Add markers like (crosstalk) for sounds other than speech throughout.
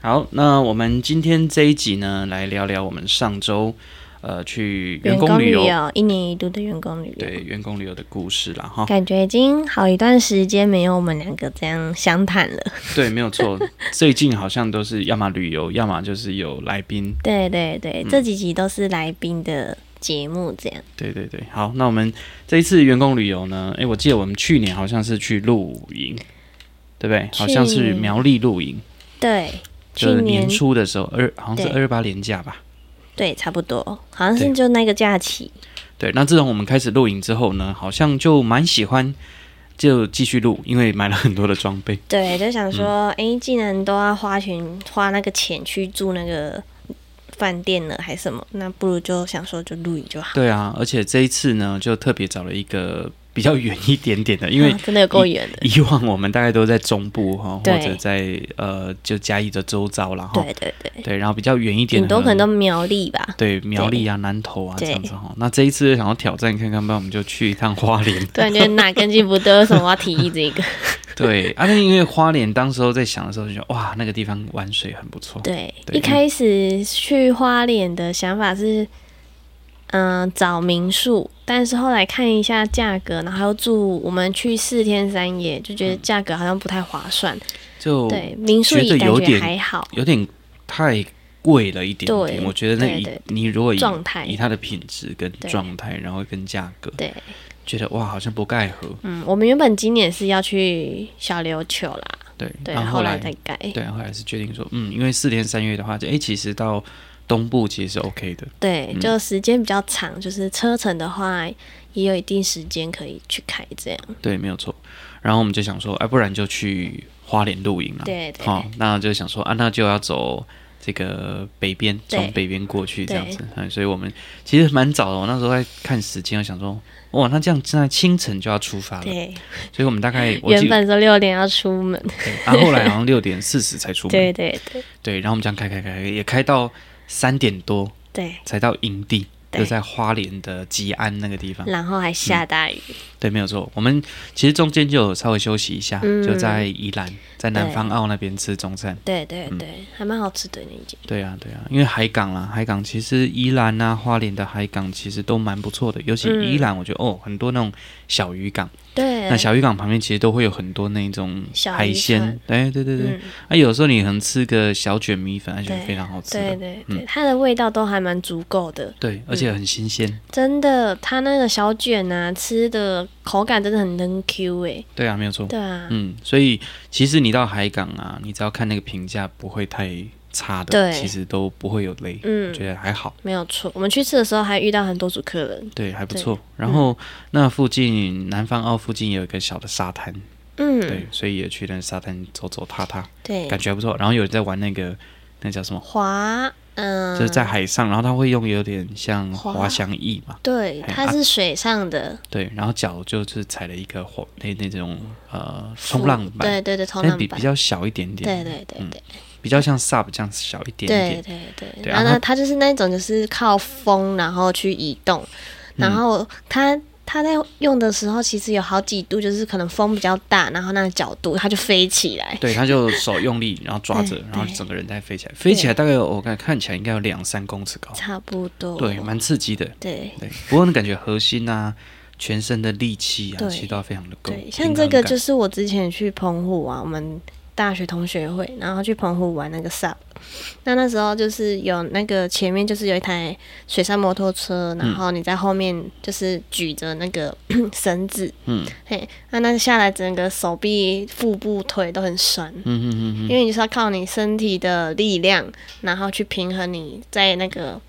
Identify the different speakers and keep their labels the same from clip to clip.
Speaker 1: 好，那我们今天这一集呢，来聊聊我们上周呃去员工旅游，
Speaker 2: 一年一度的员工旅游，
Speaker 1: 对员工旅游的故事啦哈。
Speaker 2: 感觉已经好一段时间没有我们两个这样相谈了。
Speaker 1: 对，没有错， (laughs) 最近好像都是要么旅游，要么就是有来宾。
Speaker 2: 对对对，
Speaker 1: 嗯
Speaker 2: 这几集都是来宾的节目，这样。
Speaker 1: 对对对，好，那我们这一次员工旅游呢，诶，我记得我们去年好像是去露营，对不对？好像
Speaker 2: 去
Speaker 1: 是
Speaker 2: 年
Speaker 1: 苗栗露营，
Speaker 2: 对，去
Speaker 1: 就是
Speaker 2: 年
Speaker 1: 年初的时候，二好像是
Speaker 2: 对
Speaker 1: 二二八年假吧。
Speaker 2: 对，差不多，好像是
Speaker 1: 对
Speaker 2: 就那个假期。
Speaker 1: 对，那自从我们开始露营之后呢，好像就蛮喜欢就继续录，因为买了很多的装备。
Speaker 2: 对，就
Speaker 1: 嗯
Speaker 2: 想说，哎、既然都要花钱花那个钱去住那个饭店了，还什么，那不如就想说就露营就好。
Speaker 1: 对啊，而且这一次呢，就特别找了一个比较远一点点的，因为
Speaker 2: 啊 (laughs) 真的有够远的。
Speaker 1: 以往我们大概都在中部哈，或
Speaker 2: 对
Speaker 1: 者在呃就嘉义的周遭啦哈。
Speaker 2: 对对对，
Speaker 1: 对，然后比较远哦一点
Speaker 2: 顶
Speaker 1: 的，
Speaker 2: 多可能都苗栗
Speaker 1: (laughs)
Speaker 2: 吧。
Speaker 1: 对苗栗啊、南投啊这
Speaker 2: 对
Speaker 1: 样子哈。那这一次想要挑战看看，不然我们就去一趟花莲。 (laughs)
Speaker 2: 突然觉得哪根筋不对，为什么我要提议这个？
Speaker 1: 对，啊，那因为花莲当时候在想的时候就觉得哇，那个地方玩水很不错。
Speaker 2: 对，
Speaker 1: 对
Speaker 2: 一开始去花莲的想法是，嗯、找民宿，但是后来看一下价格，然后又住我们去四天三夜，就觉得价格好像不太划算。
Speaker 1: 就
Speaker 2: 对，民宿
Speaker 1: 嗯哦觉
Speaker 2: 也
Speaker 1: 得
Speaker 2: 感
Speaker 1: 有
Speaker 2: 觉
Speaker 1: 点
Speaker 2: 还好。
Speaker 1: 有点太贵了一点点。
Speaker 2: 对
Speaker 1: 我觉得那
Speaker 2: 对
Speaker 1: 以
Speaker 2: 对
Speaker 1: 你如果以
Speaker 2: 状态
Speaker 1: 以它的品质跟状态，然后跟价格，
Speaker 2: 对，
Speaker 1: 觉得哇好像不盖合。
Speaker 2: 嗯，我们原本今年是要去小琉球啦，
Speaker 1: 对，
Speaker 2: 对，
Speaker 1: 啊然后
Speaker 2: 后
Speaker 1: 来
Speaker 2: 再改。
Speaker 1: 对，后来是决定说，嗯，因为四天三夜的话，就哎其实到东部其实是 OK 的。
Speaker 2: 对，
Speaker 1: 嗯
Speaker 2: 就时间比较长，就是车程的话也有一定时间可以去开这样。
Speaker 1: 对，没有错。然后我们就想说，哎、不然就去花莲露营了。
Speaker 2: 对对
Speaker 1: 好、那就想说啊，那就要走这个北边，
Speaker 2: 对
Speaker 1: 从北边过去这样子。嗯，所以我们其实蛮早的，我那时候在看时间，我想说，哇，那这样现在清晨就要出发了。
Speaker 2: 对，
Speaker 1: 所以我们大概我
Speaker 2: 原
Speaker 1: 记得，
Speaker 2: 本说六点要出门，
Speaker 1: 对啊，后来好像六点四十才出门。
Speaker 2: 对对对
Speaker 1: 对然后我们这样开开开，也开到三点多
Speaker 2: 对，
Speaker 1: 才到营地。
Speaker 2: 对
Speaker 1: 就在花莲的吉安那个地方，
Speaker 2: 然后还下大雨，
Speaker 1: 对，没有错。我们其实中间就有稍微休息一下，
Speaker 2: 嗯
Speaker 1: 就在宜兰，在南
Speaker 2: 对
Speaker 1: 方澳那边吃中餐。
Speaker 2: 对对对，还蛮好吃的那间。
Speaker 1: 对啊，对啊，因为海港啦，海港其实宜兰啊、花莲的海港其实都蛮不错的，尤其
Speaker 2: 嗯
Speaker 1: 宜兰，我觉得、哦，很多那种小渔港，
Speaker 2: 对，
Speaker 1: 那小渔港旁边其实都会有很多那种
Speaker 2: 小
Speaker 1: 海
Speaker 2: 渔
Speaker 1: 鲜
Speaker 2: 船，
Speaker 1: 哎，对对对，
Speaker 2: 嗯，
Speaker 1: 啊，有时候你可能吃个小卷米粉，还觉得
Speaker 2: 对
Speaker 1: 非常好吃
Speaker 2: 对
Speaker 1: 的，嗯
Speaker 2: 对对，它的味道都还蛮足够的，
Speaker 1: 对，而且很新鲜，
Speaker 2: 真的，它那个小卷啊，吃的口感真的很嫩 Q 哎、
Speaker 1: 对啊，没有错，
Speaker 2: 对啊，
Speaker 1: 嗯，所以其实你到海港啊，你只要看那个评价不会太差的，
Speaker 2: 对
Speaker 1: 其实都不会有雷，
Speaker 2: 嗯
Speaker 1: 我觉得还好。
Speaker 2: 没有错。我们去吃的时候还遇到很多组客人，
Speaker 1: 对，还不
Speaker 2: 对
Speaker 1: 错。然后那附近南方澳附近也有一个小的沙滩，
Speaker 2: 嗯，
Speaker 1: 对，所以也去那沙滩走走踏踏，
Speaker 2: 对
Speaker 1: 感觉还不错。然后有人在玩那个那叫什么，
Speaker 2: 滑，嗯，
Speaker 1: 就是在海上，然后他会用有点像
Speaker 2: 滑
Speaker 1: 滑翔翼嘛，
Speaker 2: 对，
Speaker 1: 哎
Speaker 2: 它
Speaker 1: 啊
Speaker 2: 是水上的
Speaker 1: 对，然后脚就是踩了一个滑那那种呃
Speaker 2: 浮
Speaker 1: 冲浪板，
Speaker 2: 对对对，冲
Speaker 1: 但
Speaker 2: 浪
Speaker 1: 比
Speaker 2: 板
Speaker 1: 比，较小一点点，
Speaker 2: 对对对对
Speaker 1: 比较像 sub 这样小一点
Speaker 2: 对
Speaker 1: 点，
Speaker 2: 对对，
Speaker 1: 对
Speaker 2: 然
Speaker 1: 啊
Speaker 2: 后
Speaker 1: 然
Speaker 2: 呢，
Speaker 1: 后
Speaker 2: 它就是那种就是靠风然后去移动，然
Speaker 1: 嗯
Speaker 2: 后它。它在用的时候，其实有好几度，就是可能风比较大，然后那个角度它就飞起来。
Speaker 1: 对，他就手用力，然后抓着
Speaker 2: 对，
Speaker 1: 然后
Speaker 2: 对
Speaker 1: 整个人再飞起来，飞起来大概有我看看起来应该有两三公尺高，
Speaker 2: 差不多。
Speaker 1: 对，蛮刺激的。
Speaker 2: 对
Speaker 1: 对，不过那感觉核心啊，全身的力气啊，
Speaker 2: 对
Speaker 1: 其实都要非常的够。
Speaker 2: 对，像这个就是是我之前去澎湖啊，我们大学同学会，然后去澎湖玩那个 SUP，那那时候就是有那个前面就是有一台水上摩托车，
Speaker 1: 嗯
Speaker 2: 然后你在后面就是举着那个 (coughs) 绳子，
Speaker 1: 嗯
Speaker 2: 嘿，那那下来整个手臂、腹部、腿都很酸。
Speaker 1: 嗯嗯嗯
Speaker 2: 因为你就是要靠你身体的力量，然后去平衡你在那个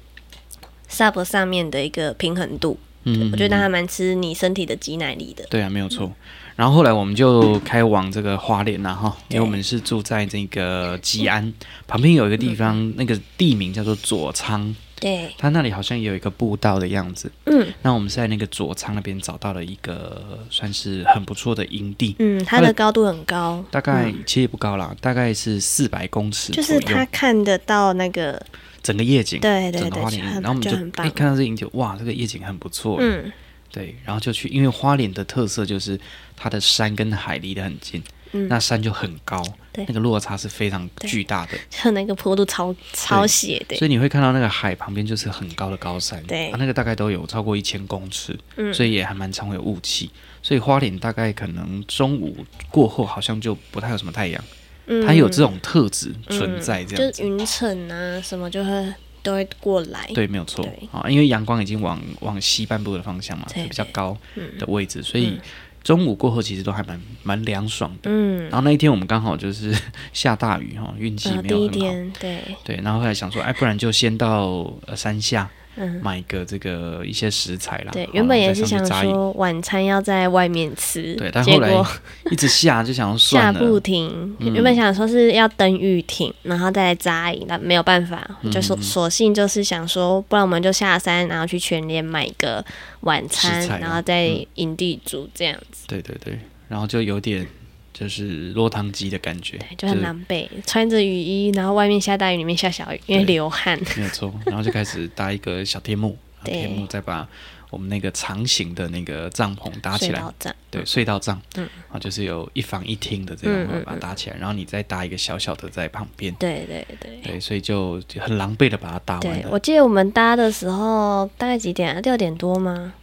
Speaker 2: sub 上面的一个平衡度。
Speaker 1: 嗯，
Speaker 2: 我觉得还蛮吃你身体的肌耐力的。
Speaker 1: 对啊，没有错。然后后来我们就开往这个花莲啦哈，因
Speaker 2: 对
Speaker 1: 为我们是住在这个吉安旁边有一个地方，
Speaker 2: 嗯
Speaker 1: 那个地名叫做左仓，
Speaker 2: 对，
Speaker 1: 它那里好像也有一个步道的样子。
Speaker 2: 嗯
Speaker 1: 那我们是在那个左仓那边找到了一个算是很不错的营地，
Speaker 2: 嗯，它
Speaker 1: 它
Speaker 2: 的
Speaker 1: 的
Speaker 2: 高度很高，
Speaker 1: 大概其实也不高啦，大概是四百公尺
Speaker 2: 嗯就
Speaker 1: 左右，
Speaker 2: 是它看得到那个，
Speaker 1: 整个夜景，
Speaker 2: 对对
Speaker 1: 整个
Speaker 2: 对
Speaker 1: 花莲
Speaker 2: 就
Speaker 1: 营
Speaker 2: 很
Speaker 1: 然后我们
Speaker 2: 就
Speaker 1: 就
Speaker 2: 很棒
Speaker 1: 哎看到这营就哇，这个夜景很不错，
Speaker 2: 嗯
Speaker 1: 对，然后就去，因为花莲的特色就是它的山跟海离得很近，
Speaker 2: 嗯
Speaker 1: 那山就很高，
Speaker 2: 对
Speaker 1: 那个落差是非常巨大的，
Speaker 2: 就那个坡度超超斜的，
Speaker 1: 所以你会看到那个海旁边就是很高的高山，
Speaker 2: 对
Speaker 1: 啊、那个大概都有超过一千公尺，
Speaker 2: 嗯
Speaker 1: 所以也还蛮常会有雾气，所以花莲大概可能中午过后好像就不太有什么太阳，
Speaker 2: 嗯
Speaker 1: 它有这种特质存在这样
Speaker 2: 就
Speaker 1: 子，
Speaker 2: 是云层啊什么就会都会过来，
Speaker 1: 对，没有错
Speaker 2: 对
Speaker 1: 啊，因为阳光已经往往西半部的方向嘛，
Speaker 2: 对
Speaker 1: 就比较
Speaker 2: 对嗯
Speaker 1: 高的位置，所以中午过后其实都还蛮蛮凉爽的。
Speaker 2: 嗯
Speaker 1: 然，后那一天我们刚好就是 (laughs) 下大雨哈，运气
Speaker 2: 然后
Speaker 1: 没
Speaker 2: 啊第
Speaker 1: 有
Speaker 2: 一
Speaker 1: 很好。
Speaker 2: 天对，
Speaker 1: 对，然后后来想说，哎，不然就先到呃山下
Speaker 2: 嗯。
Speaker 1: 买个这个一些食材啦。
Speaker 2: 对
Speaker 1: 好，
Speaker 2: 原本也
Speaker 1: 然
Speaker 2: 是
Speaker 1: 后再上
Speaker 2: 想
Speaker 1: 去扎营
Speaker 2: 说晚餐要在外面吃，
Speaker 1: 对，但
Speaker 2: 结
Speaker 1: 后来
Speaker 2: 果
Speaker 1: 一直下，就想说
Speaker 2: 下
Speaker 1: 算
Speaker 2: 不
Speaker 1: 了，
Speaker 2: 停。
Speaker 1: 嗯
Speaker 2: 原本想说是要等雨停，然后再来扎营，但没有办法，
Speaker 1: 嗯
Speaker 2: 就索索性就是想说，不然我们就下山，然后去全联买个晚餐
Speaker 1: 食材，啊
Speaker 2: 然后在营地煮这样子，
Speaker 1: 对对对，然后就有点就是落汤鸡的感觉，
Speaker 2: 就很狼狈，穿着雨衣，然后外面下大雨，里面下小雨，因为
Speaker 1: 对
Speaker 2: 流
Speaker 1: (laughs)
Speaker 2: 汗。
Speaker 1: 没
Speaker 2: (laughs)
Speaker 1: 有错。然后就开始搭一个小天幕，然后
Speaker 2: 对
Speaker 1: 天幕再把我们那个长形的那个帐篷搭起
Speaker 2: 睡
Speaker 1: 来，
Speaker 2: 到站，
Speaker 1: 对，隧道帐，
Speaker 2: 嗯
Speaker 1: 啊，就是有一房一厅的这种，
Speaker 2: 嗯嗯
Speaker 1: 把它搭起来，然后你再搭一个小小的在旁边，
Speaker 2: 对对对。
Speaker 1: 对，所以就就很狼狈的把它搭哎完
Speaker 2: 对，
Speaker 1: 了。
Speaker 2: 我记得我们搭的时候大概几点啊？六点多吗？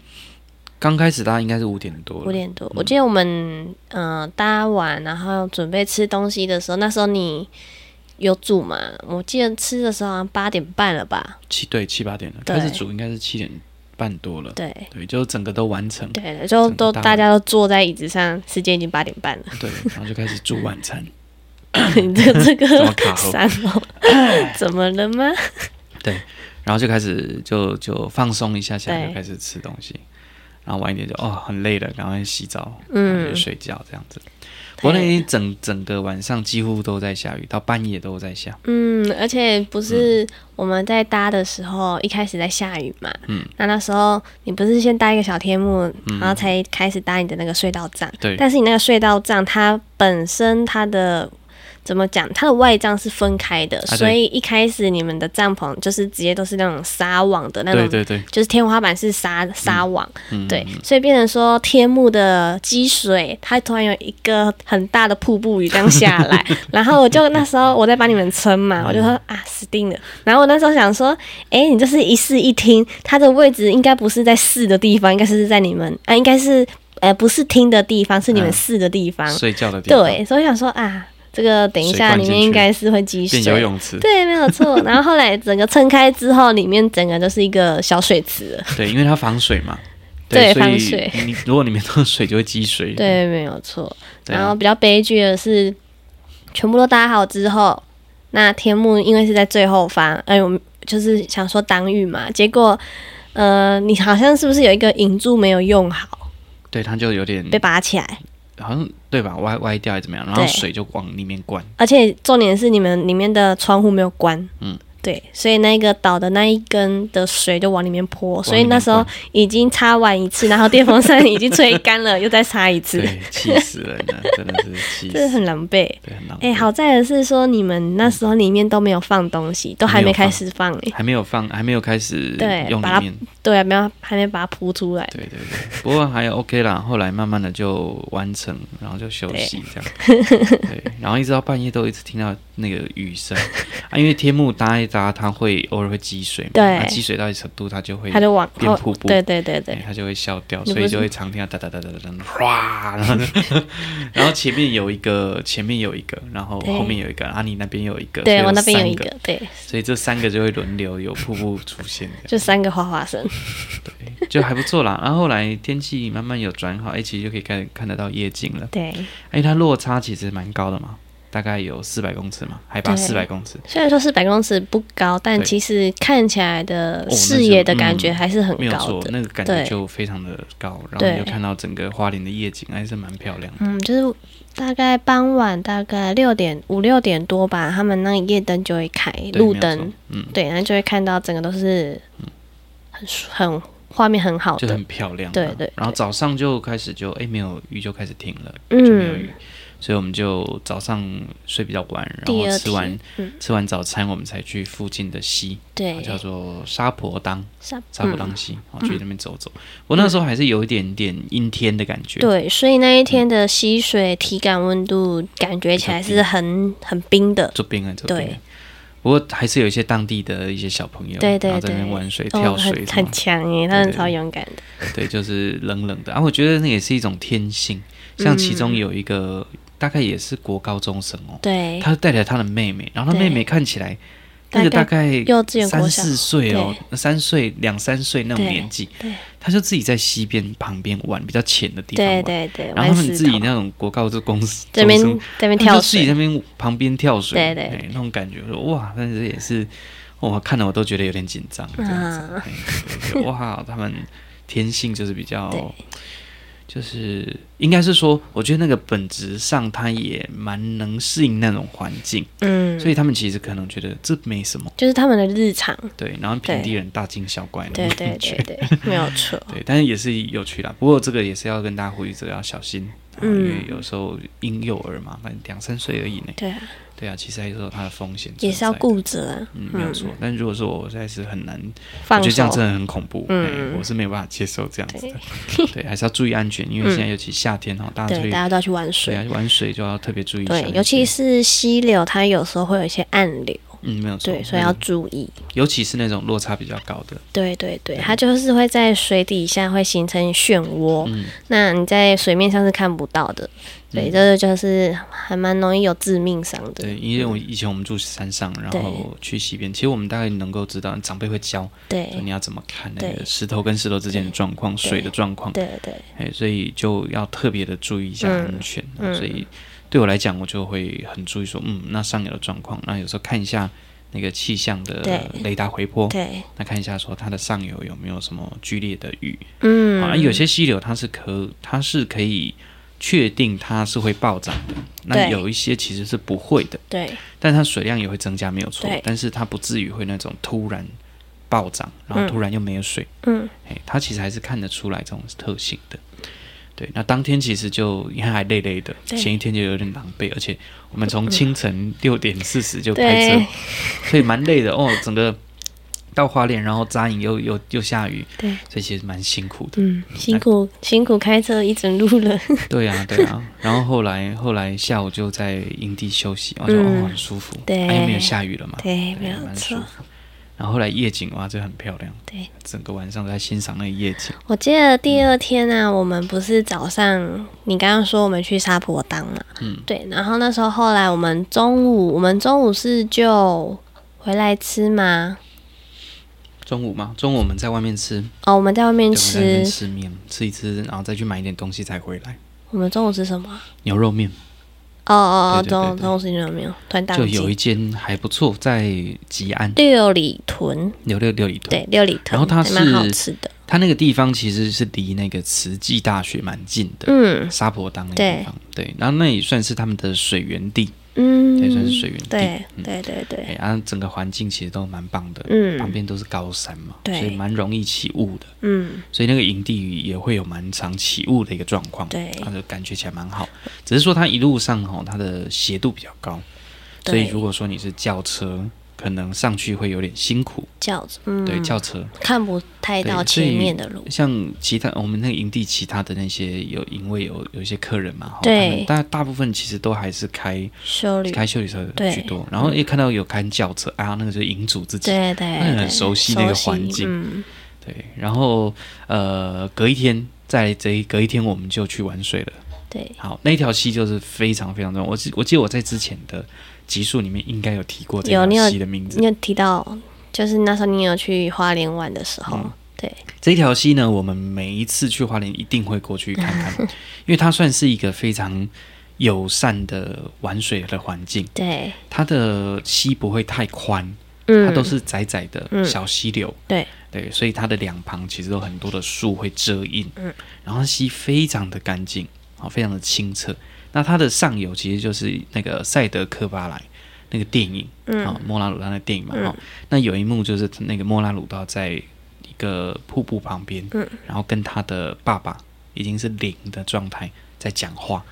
Speaker 1: 刚开始搭应该是五点多了，嗯
Speaker 2: 五点多，我记得我们嗯、呃搭完，然后准备吃东西的时候，那时候你有煮嘛？我记得吃的时候好像八点半了吧？
Speaker 1: 七对七八点了，
Speaker 2: 对
Speaker 1: 开始煮应该是七点半多了，
Speaker 2: 对
Speaker 1: 对，就整个都完成，
Speaker 2: 对，就
Speaker 1: 整个
Speaker 2: 都
Speaker 1: 搭完
Speaker 2: 大家都坐在椅子上，时间已经八点半
Speaker 1: (laughs)
Speaker 2: 了。 (laughs)
Speaker 1: 对，然后就开始煮晚餐， (laughs)
Speaker 2: 你这个这
Speaker 1: 怎么哦
Speaker 2: 个
Speaker 1: 卡
Speaker 2: (laughs)
Speaker 1: 喉
Speaker 2: 三
Speaker 1: (laughs)
Speaker 2: 楼怎么了吗？
Speaker 1: 然后就开始就就放松一下下，
Speaker 2: 对
Speaker 1: 就开始吃东西，然后晚一点就哦很累了，赶快洗澡，
Speaker 2: 嗯
Speaker 1: 然后就睡觉这样子。不过那一整整个晚上几乎都在下雨，到半夜都在下。
Speaker 2: 嗯，而且不是我们在搭的时候，一开始在下雨嘛。
Speaker 1: 嗯。
Speaker 2: 那那时候你不是先搭一个小天幕，然后才开始搭你的那个隧道帐。
Speaker 1: 对
Speaker 2: 但是你那个隧道帐，它本身它的怎么讲？它的外帐是分开的，
Speaker 1: 啊对
Speaker 2: 所以一开始你们的帐篷就是直接都是那种纱网的那种。
Speaker 1: 对对对，
Speaker 2: 就是天花板是纱纱网，
Speaker 1: 嗯，
Speaker 2: 对，所以变成说天幕的积水，它突然有一个很大的瀑布雨这样下
Speaker 1: (laughs)
Speaker 2: 来，然后我就那时候我在帮你们撑
Speaker 1: 嗯
Speaker 2: 嘛，我就说啊死定了。然后我那时候想说，哎、你这是一室一厅，它的位置应该不是在室的地方，应该是在你们啊，应该是呃不是厅的地方，是你们
Speaker 1: 嗯
Speaker 2: 室的地方。
Speaker 1: 睡觉的地方，
Speaker 2: 对，所以我想说啊，这个等一
Speaker 1: 水
Speaker 2: 下
Speaker 1: 灌
Speaker 2: 里
Speaker 1: 进
Speaker 2: 面应
Speaker 1: 去
Speaker 2: 该是会积水
Speaker 1: 变。游泳 (laughs) 池，
Speaker 2: 对，没有错。然后后来整个撑开之后，里面整个就是一个小水池了。
Speaker 1: (laughs) 对，因为它防水
Speaker 2: (laughs)
Speaker 1: 嘛，
Speaker 2: 对
Speaker 1: 所以
Speaker 2: 防水
Speaker 1: 你如果里面都是水，就会积水。
Speaker 2: 对，没有错。
Speaker 1: 对啊
Speaker 2: 然后比较悲剧的是，全部都搭好之后，那天幕因为是在最后方，哎，我们就是想说挡雨嘛，结果呃，你好像是不是有一个银柱没有用好，
Speaker 1: 对，它就有点
Speaker 2: 被拔起来？
Speaker 1: 好像对吧，歪歪掉还是怎么样，然后
Speaker 2: 对
Speaker 1: 水就往里面灌。
Speaker 2: 而且重点是你们里面的窗户没有关，
Speaker 1: 嗯，
Speaker 2: 对，所以那个倒的那一根的水就往里面泼，所以
Speaker 1: 往里面
Speaker 2: 那时候已经擦完一次，然后电风扇已经吹干
Speaker 1: (laughs)
Speaker 2: 了，又再擦一次，
Speaker 1: 对，气死人了，真的是
Speaker 2: (laughs)
Speaker 1: 气
Speaker 2: 这
Speaker 1: 死。
Speaker 2: 很狼狈。
Speaker 1: 对，很浪
Speaker 2: 哎、
Speaker 1: 费。
Speaker 2: 好在的是说你们那时候里面都没有放东西，都还没开始放哎、
Speaker 1: 还没有放，还没有开始
Speaker 2: 对
Speaker 1: 用
Speaker 2: 把它
Speaker 1: 里面。
Speaker 2: 对啊，没有还没把它铺出来，
Speaker 1: 对对对，不过还 OK 啦。后来慢慢的就完成，然后就休息这样。对，然后一直到半夜都一直听到那个雨
Speaker 2: (laughs)
Speaker 1: 声啊，因为天幕搭一搭，它会偶尔会积水嘛，
Speaker 2: 对
Speaker 1: 啊积水到一程度，它就会
Speaker 2: 它就往
Speaker 1: 变
Speaker 2: 后
Speaker 1: 瀑，布
Speaker 2: 对对对对
Speaker 1: 欸，它就会消掉，
Speaker 2: 你
Speaker 1: 所
Speaker 2: 不
Speaker 1: 以
Speaker 2: 是
Speaker 1: 就会常听到哒哒哒哒哒哒，哗，然后 (laughs) 就然后前面有一个，前面有一个，然后
Speaker 2: 对
Speaker 1: 后面有一个，啊，你那边有一个，所以
Speaker 2: 对我那边有
Speaker 1: 三
Speaker 2: 一个，，对，
Speaker 1: 所以这三个就会轮流有瀑布出现，
Speaker 2: 就
Speaker 1: 这
Speaker 2: 三个花花生，
Speaker 1: 样对，就还不错啦。然后后来天气慢慢有转好，哎、其实就可以看看得到夜景了，
Speaker 2: 对，
Speaker 1: 哎、它落差其实蛮高的嘛，大概有四百公尺嘛，海拔
Speaker 2: 对
Speaker 1: 四百公尺，
Speaker 2: 虽然说四百公尺不高，但
Speaker 1: 对哦
Speaker 2: 其实看起来的
Speaker 1: 那是
Speaker 2: 视野的感觉
Speaker 1: 嗯
Speaker 2: 还是很
Speaker 1: 没有
Speaker 2: 高
Speaker 1: 错，
Speaker 2: 的。
Speaker 1: 那个感觉
Speaker 2: 对
Speaker 1: 就非常的高，然后你就
Speaker 2: 对
Speaker 1: 看到整个花莲的夜景，还是蛮漂亮的。
Speaker 2: 嗯，就是大概傍晚大概六点五六点多吧，他们那个夜灯就会开，
Speaker 1: 对
Speaker 2: 路，
Speaker 1: 没有
Speaker 2: 灯
Speaker 1: 错，嗯，
Speaker 2: 对，然后就会看到整个都是很舒很画面很好
Speaker 1: 就
Speaker 2: 的
Speaker 1: 很，漂亮啊。
Speaker 2: 对对
Speaker 1: 然后早上就开始就哎没有雨就开始停了，就没有
Speaker 2: 嗯
Speaker 1: 雨，，所以我们就早上睡比较晚，然
Speaker 2: 第
Speaker 1: 后
Speaker 2: 二
Speaker 1: 吃完
Speaker 2: 天，嗯，
Speaker 1: 吃完早餐，我们才去附近的溪，
Speaker 2: 对，嗯
Speaker 1: 叫做沙婆当
Speaker 2: 上
Speaker 1: 沙婆当溪，然后哦去那边走走。我那时候还是有一点点阴天的感觉，
Speaker 2: 对，所以那一
Speaker 1: 嗯
Speaker 2: 天的溪水体感温度感觉起来是很很冰的，
Speaker 1: 做冰啊做冰
Speaker 2: 对
Speaker 1: 啊。不过还是有一些当地的一些小朋友，
Speaker 2: 对对
Speaker 1: 然后在那边
Speaker 2: 对
Speaker 1: 玩水、
Speaker 2: 哦，
Speaker 1: 跳水
Speaker 2: 很
Speaker 1: 什么
Speaker 2: 很
Speaker 1: 的，
Speaker 2: 强耶，他们
Speaker 1: 对对
Speaker 2: 超
Speaker 1: 对
Speaker 2: 勇敢的，
Speaker 1: 对，就是冷冷的。啊，我觉得那也是一种天性。像其
Speaker 2: 嗯
Speaker 1: 中有一个大概也是国高中生哦，
Speaker 2: 对，
Speaker 1: 他带来他的妹妹，然后他妹
Speaker 2: 对
Speaker 1: 妹看起来那个
Speaker 2: 大
Speaker 1: 大概
Speaker 2: 幼稚园国
Speaker 1: 三
Speaker 2: 小
Speaker 1: 四岁哦，三岁两三岁那种年纪，
Speaker 2: 对
Speaker 1: 他就自己在溪边旁边玩比较浅的地方
Speaker 2: 对
Speaker 1: 玩，
Speaker 2: 对对，
Speaker 1: 然后他们
Speaker 2: 玩
Speaker 1: 自
Speaker 2: 石头
Speaker 1: 己那种国高中公
Speaker 2: (laughs)
Speaker 1: 司
Speaker 2: 这边
Speaker 1: 中生
Speaker 2: 这边
Speaker 1: 他们
Speaker 2: 跳
Speaker 1: 就自己
Speaker 2: 水，
Speaker 1: 在那边旁边跳水，
Speaker 2: 对对
Speaker 1: 哎那种感觉，我说哇，但是也是我看了我都觉得有点紧张，这样子，
Speaker 2: 啊
Speaker 1: 哎我觉得哇，他们天性就是比较
Speaker 2: 对。
Speaker 1: 就是应该是说，我觉得那个本质上他也蛮能适应那种环境，
Speaker 2: 嗯，
Speaker 1: 所以他们其实可能觉得这没什么，
Speaker 2: 就是他们的日常，
Speaker 1: 对，然后平地人大惊小怪那
Speaker 2: 对
Speaker 1: 种
Speaker 2: 对对
Speaker 1: 感觉，
Speaker 2: 对，没有错，
Speaker 1: 对，但是也是有趣啦。不过这个也是要跟大家呼吁，这个要小心，啊因为
Speaker 2: 嗯
Speaker 1: 有时候婴幼儿嘛，反正两三岁而已呢。
Speaker 2: 对啊，
Speaker 1: 对啊，其实还是有它的风险，
Speaker 2: 也是要。顾着啊，
Speaker 1: 嗯，没有错。但如果说我实在是很难，我
Speaker 2: 放
Speaker 1: 觉得这
Speaker 2: 手
Speaker 1: 样，真的很恐怖，
Speaker 2: 嗯
Speaker 1: 哎我是没有办法接受这样子的。对，还是要注意安全，因为现在尤其夏天哈，大家
Speaker 2: 嗯对，
Speaker 1: 出去
Speaker 2: 大家都要去玩
Speaker 1: 对
Speaker 2: 水，
Speaker 1: 啊玩水就要特别注啊意一下那
Speaker 2: 对
Speaker 1: 些。，
Speaker 2: 尤其是溪流，它有时候会有一些暗流，
Speaker 1: 嗯，没有错。
Speaker 2: 对，所以要
Speaker 1: 嗯
Speaker 2: 注意。
Speaker 1: 尤其是那种落差比较高的，
Speaker 2: 对对对，
Speaker 1: 嗯
Speaker 2: 它就是会在水底下会形成漩涡，
Speaker 1: 嗯
Speaker 2: 那你在水面上是看不到的。对，这个就是还蛮容易有致命伤的。
Speaker 1: 对，因为我以前我们住山上，然后去溪边，其实我们大概能够知道长辈会教，说
Speaker 2: 对
Speaker 1: 你要怎么看那
Speaker 2: 哎对
Speaker 1: 个石头跟石头之间的状况、水的状况，
Speaker 2: 对对
Speaker 1: 哎，所以就要特别的注意一下
Speaker 2: 嗯
Speaker 1: 安全。啊所以对我来讲，我就会很注意说，嗯，那上游的状况，那有时候看一下那个气象的
Speaker 2: 对
Speaker 1: 雷达回波，
Speaker 2: 对，
Speaker 1: 那看一下说它的上游有没有什么剧烈的雨。
Speaker 2: 嗯，
Speaker 1: 啊，有些溪流它是可它是可以确定它是会暴涨的，那
Speaker 2: 对
Speaker 1: 有一些其实是不会的。
Speaker 2: 对
Speaker 1: 但它水量也会增加，没有错
Speaker 2: 对，
Speaker 1: 但是它不至于会那种突然暴涨，然后突然又没有水，
Speaker 2: 嗯，
Speaker 1: 哎、它其实还是看得出来这种特性的。对，那当天其实就你看还累累的，
Speaker 2: 对嗯
Speaker 1: 前一天就有点狼狈，而且我们从清晨六点四十就开车
Speaker 2: 对，
Speaker 1: 所以蛮累的哦。整个到花莲，然后扎营又又又下雨，
Speaker 2: 对，
Speaker 1: 所以其实蛮辛苦的。
Speaker 2: 嗯，辛苦辛苦开车一整路了，
Speaker 1: 对啊，对啊。 (laughs) 然后后来后来下午就在营地休息，我就、
Speaker 2: 嗯
Speaker 1: 哦很舒服，
Speaker 2: 对
Speaker 1: 哎又没有下雨了嘛，
Speaker 2: 对，没
Speaker 1: (laughs) 对，
Speaker 2: 有
Speaker 1: 蛮舒
Speaker 2: 错。
Speaker 1: 服。然后后来夜景哇，这很漂亮，
Speaker 2: 对，
Speaker 1: 整个晚上都在欣赏那个夜景。
Speaker 2: 我记得第二天呢、我们不是早上，你刚刚说我们去沙坡当嘛，
Speaker 1: 嗯，
Speaker 2: 对，然后那时候后来我们中午，我们中午是就回来吃吗？
Speaker 1: 中午嘛，中午我们在外面吃，
Speaker 2: 哦，我们在外面
Speaker 1: 对，我们在那边
Speaker 2: 吃，
Speaker 1: 吃面，吃一吃，然后再去买一点东西才回来。
Speaker 2: 我们中午吃什么啊？
Speaker 1: 牛肉面
Speaker 2: 哦哦哦，
Speaker 1: 对对对
Speaker 2: 中午
Speaker 1: 对
Speaker 2: 中午吃牛肉面，突然
Speaker 1: 就
Speaker 2: 宕
Speaker 1: 有一
Speaker 2: 机。
Speaker 1: 间还不错，在吉安
Speaker 2: 六里屯，
Speaker 1: 牛六六里屯，
Speaker 2: 对，六里屯，
Speaker 1: 然后它
Speaker 2: 还蛮好
Speaker 1: 是
Speaker 2: 吃的，
Speaker 1: 它那个地方其实是离那个慈济大学蛮近的，
Speaker 2: 嗯
Speaker 1: 沙坡当那个地方，对，然后那也算是他们的水源地，
Speaker 2: 嗯，
Speaker 1: 对，算是水源地。
Speaker 2: 对对对
Speaker 1: 哎，
Speaker 2: 对，
Speaker 1: 然后整个环境其实都蛮棒的，旁
Speaker 2: 嗯
Speaker 1: 边都是高山嘛，所
Speaker 2: 对
Speaker 1: 以蛮容易起雾的。
Speaker 2: 嗯，
Speaker 1: 所以那个营地也会有蛮常起雾的一个状况，
Speaker 2: 对
Speaker 1: 它的感觉起来蛮好。只是说它一路上哈、它的斜度比较高，所以
Speaker 2: 对
Speaker 1: 如果说你是轿车，可能上去会有点辛苦，
Speaker 2: 饺子，嗯，
Speaker 1: 对，轿车。
Speaker 2: 看不太
Speaker 1: 对
Speaker 2: 到
Speaker 1: 所以
Speaker 2: 前面的路，
Speaker 1: 像其他我们那个营地其他的那些有因为有有一些客人嘛，哈
Speaker 2: 对
Speaker 1: 他们大大部分其实都还是开
Speaker 2: 修理，
Speaker 1: 开修理车
Speaker 2: 对
Speaker 1: 居多，然后一看到有开轿车啊，那个就是营主自己，
Speaker 2: 对对对，
Speaker 1: 那很熟悉的一个
Speaker 2: 熟
Speaker 1: 环境
Speaker 2: 嗯，
Speaker 1: 对，然后呃隔一天在这一隔一天我们就去玩水了。
Speaker 2: 对，
Speaker 1: 好，那一条溪就是非常非常重要。我记我记得我在之前的集数里面应该有提过这
Speaker 2: 有你有
Speaker 1: 条溪的名字
Speaker 2: 你。有提到，就是那时候你有去花莲玩的时候，
Speaker 1: 嗯
Speaker 2: 对
Speaker 1: 这条
Speaker 2: (laughs)
Speaker 1: 溪呢，我们每一次去花莲一定会过去看看，因为它算是一个非常友善的玩水的环境，
Speaker 2: 对，
Speaker 1: 它的溪不会太宽，
Speaker 2: 嗯，
Speaker 1: 它都是窄窄的
Speaker 2: 嗯
Speaker 1: 小溪流，
Speaker 2: 对
Speaker 1: 对，所以它的两旁其实有很多的树会遮荫，
Speaker 2: 嗯，
Speaker 1: 然后溪非常的干净，好，非常的清澈。那它的上游其实就是那个塞德克巴莱那个电影，
Speaker 2: 嗯
Speaker 1: 啊、莫拉鲁道的电影嘛，
Speaker 2: 嗯
Speaker 1: 哦，那有一幕就是那个莫拉鲁道在一个瀑布旁边，
Speaker 2: 嗯
Speaker 1: 然后跟他的爸爸已经是零的状态在讲话，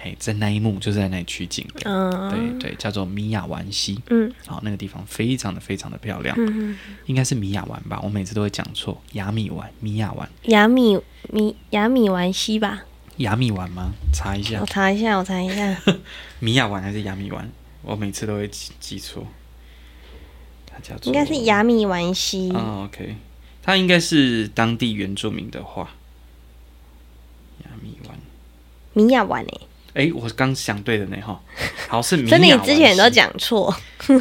Speaker 1: 哎，在那一幕就是在那里取景的，
Speaker 2: 嗯，
Speaker 1: 对对，叫做米亚湾溪，
Speaker 2: 嗯
Speaker 1: 好、那个地方非常的非常的漂亮，
Speaker 2: 嗯，
Speaker 1: 应该是米亚湾吧，我每次都会讲错，雅米湾、米亚湾、
Speaker 2: 雅米米雅米玩西吧，
Speaker 1: 雅米湾吗？查一下
Speaker 2: 我，查一下，我查一下，
Speaker 1: (laughs) 米亚湾还是雅米湾？我每次都会记记错，它叫
Speaker 2: 应
Speaker 1: 做
Speaker 2: 该是雅米玩西，
Speaker 1: 哦，OK，它应该是当地原住民的话。雅米湾，
Speaker 2: 米亚玩诶，
Speaker 1: 哎、我刚想对的呢哈，好
Speaker 2: (laughs)
Speaker 1: 是米亚
Speaker 2: 真的，你
Speaker 1: 湾
Speaker 2: 之前都
Speaker 1: 溪
Speaker 2: 讲错，